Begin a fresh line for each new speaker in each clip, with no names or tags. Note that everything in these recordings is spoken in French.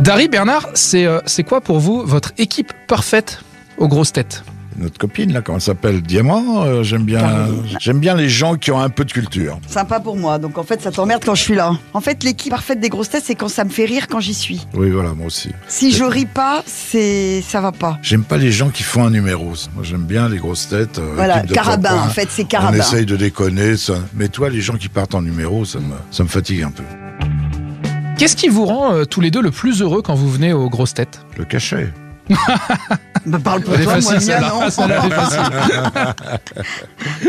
Dari Bernard, c'est euh, c'est quoi pour vous votre équipe parfaite aux grosses têtes
Notre copine, là, comment elle s'appelle Diamant euh, J'aime bien, j'aime bien les gens qui ont un peu de culture.
Sympa pour moi, donc en fait ça t'emmerde quand je suis là. En fait l'équipe parfaite des grosses têtes c'est quand ça me fait rire quand j'y suis.
Oui, voilà, moi aussi.
Si je ris pas, c'est ça va pas.
J'aime pas les gens qui font un numéro. ça. Moi, j'aime bien les grosses têtes. euh,
Voilà,
équipe de
carabin
copains.
en fait, c'est
On
carabin.
essaye de déconner, ça. Mais toi, les gens qui partent en numéro, ça me, ça me fatigue un peu.
Qu'est-ce qui vous rend euh, tous les deux le plus heureux quand vous venez aux grosses têtes
Le cachet.
Bah, parle pour
Elle est
toi, moi
facile
le mien,
celle-là. Celle-là, elle est facile.
non.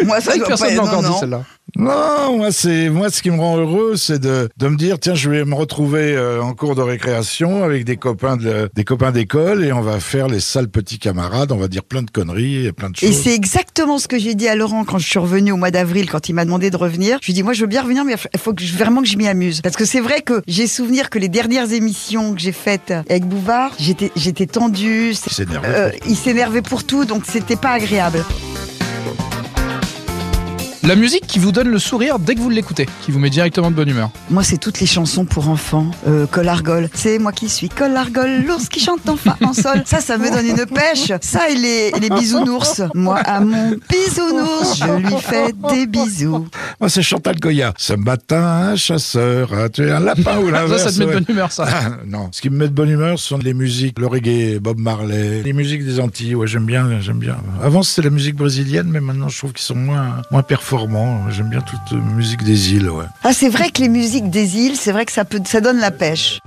Moi
C'est
ça
vrai
doit
que
pas
personne
être-
l'a
non,
encore dit
non.
celle-là.
Non, moi, c'est, moi, ce qui me rend heureux, c'est de, de me dire, tiens, je vais me retrouver euh, en cours de récréation avec des copains de, des copains d'école et on va faire les sales petits camarades, on va dire plein de conneries et plein de
Et
choses.
c'est exactement ce que j'ai dit à Laurent quand je suis revenue au mois d'avril, quand il m'a demandé de revenir. Je lui ai dit, moi, je veux bien revenir, mais il faut que je- vraiment que je m'y amuse. Parce que c'est vrai que j'ai souvenir que les dernières émissions que j'ai faites avec Bouvard, j'étais, j'étais tendue. c'est-
C'est nerveux.
euh, il s'énervait pour tout, donc c'était pas agréable.
La musique qui vous donne le sourire dès que vous l'écoutez, qui vous met directement de bonne humeur.
Moi, c'est toutes les chansons pour enfants. Euh, Colargol, c'est moi qui suis Colargol, l'ours qui chante en fa en sol. Ça, ça me donne une pêche. Ça et les, et les bisounours. Moi, à mon bisounours, je lui fais des bisous.
Moi, c'est Chantal Goya. Ce matin, un chasseur a tué un lapin ou
Ça,
l'inverse.
ça te met de
ouais.
bonne humeur, ça.
Ah, non, ce qui me met de bonne humeur, ce sont les musiques, le reggae, Bob Marley, les musiques des Antilles. Ouais, j'aime bien, j'aime bien. Avant, c'était la musique brésilienne, mais maintenant, je trouve qu'ils sont moins, moins performants. J'aime bien toute euh, musique des îles, ouais.
Ah, c'est vrai que les musiques des îles, c'est vrai que ça, peut, ça donne la pêche.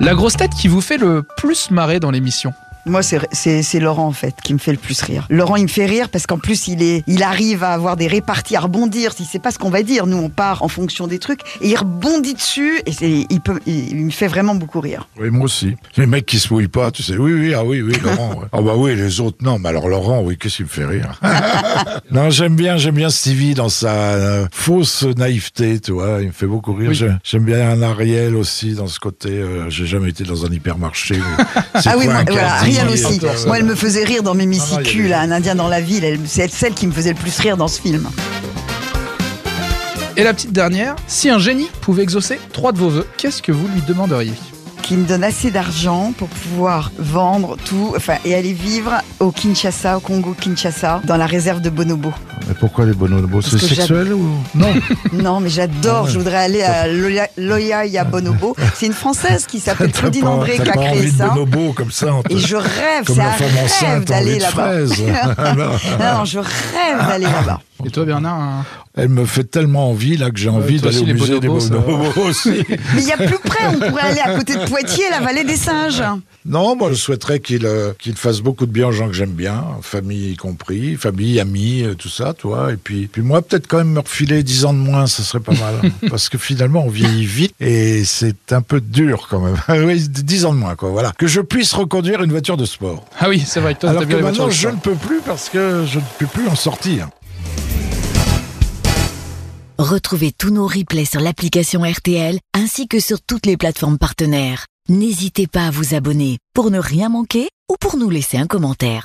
La grosse tête qui vous fait le plus marrer dans l'émission.
Moi, c'est- c'est c'est Laurent, en fait, qui me fait le plus rire. Laurent, il me fait rire parce qu'en plus, il, est, il arrive à avoir des réparties, à rebondir. Il sait pas ce qu'on va dire. Nous, on part en fonction des trucs. Et il rebondit dessus. Et c'est- il, peut, il, il me fait vraiment beaucoup rire.
Oui, moi aussi. Les mecs qui se mouillent pas, tu sais. Oui, oui, ah oui, oui, Laurent. ouais. Ah bah oui, les autres, non. Mais alors Laurent, oui, qu'est-ce qui me fait rire Non, j'aime bien, j'aime bien Stevie dans sa euh, fausse naïveté, tu vois. Il me fait beaucoup rire.
Oui.
J'ai- J'aime bien Ariel aussi dans ce côté. euh, J'ai jamais été dans un hypermarché. mais c'est
ah oui,
quoi
moi,
un
voilà,
caddie,
Ariel
euh,
aussi.
euh,
Moi, elle me faisait rire dans
Non, non, il y a
Mimicicu,
des-
là, un Indien dans la ville. Elle- C'est celle qui me faisait le plus rire dans ce film.
Et la petite dernière, si un génie pouvait exaucer trois de vos vœux, qu'est-ce que vous lui demanderiez
qui me donne assez d'argent pour pouvoir vendre tout, enfin, et aller vivre au Kinshasa, au Congo Kinshasa, dans la réserve de Bonobo.
Mais pourquoi les bonobos
Parce
C'est
que j'aime-
sexuel ou non
Non, mais
Ah
j'adore, je voudrais aller à Loya- Loyaya Bonobo. C'est une Française qui s'appelle
T'as
Claudine
pas-
André
t'as
qui a
pas
créé
envie de
ça.
bonobo comme ça. en te-
Et je rêve,
Comme
c'est
la
un
femme
rêve
enceinte,
d'aller
envie de
là-bas.
fraise. Ah Non.
Non, je rêve d'aller là-bas.
Et toi, Bernard hein un-
Elle me fait tellement envie là que j'ai envie
toi aussi,
d'aller au
les
musée
bonobos,
des
ça va.
bonobos aussi.
Mais il y a plus près, on pourrait aller à côté de Poitiers, la vallée des singes.
Non, moi je souhaiterais qu'il euh, qu'il fasse beaucoup de bien aux gens que j'aime bien, famille y compris, famille, amis, euh, tout ça, toi. Et puis, puis moi peut-être quand même me refiler 10 ans de moins, ça serait pas mal. parce que finalement on vieillit vite et c'est un peu dur quand même. oui, 10 ans de moins, quoi, voilà. Que je puisse reconduire une voiture de sport.
Ah oui, c'est vrai que toi, t'as
Alors que
bien les voitures.
maintenant
de
je
sport.
ne peux plus parce que je ne peux plus en sortir.
Retrouvez tous nos replays sur l'application RTL ainsi que sur toutes les plateformes partenaires. N'hésitez pas à vous abonner pour ne rien manquer ou pour nous laisser un commentaire.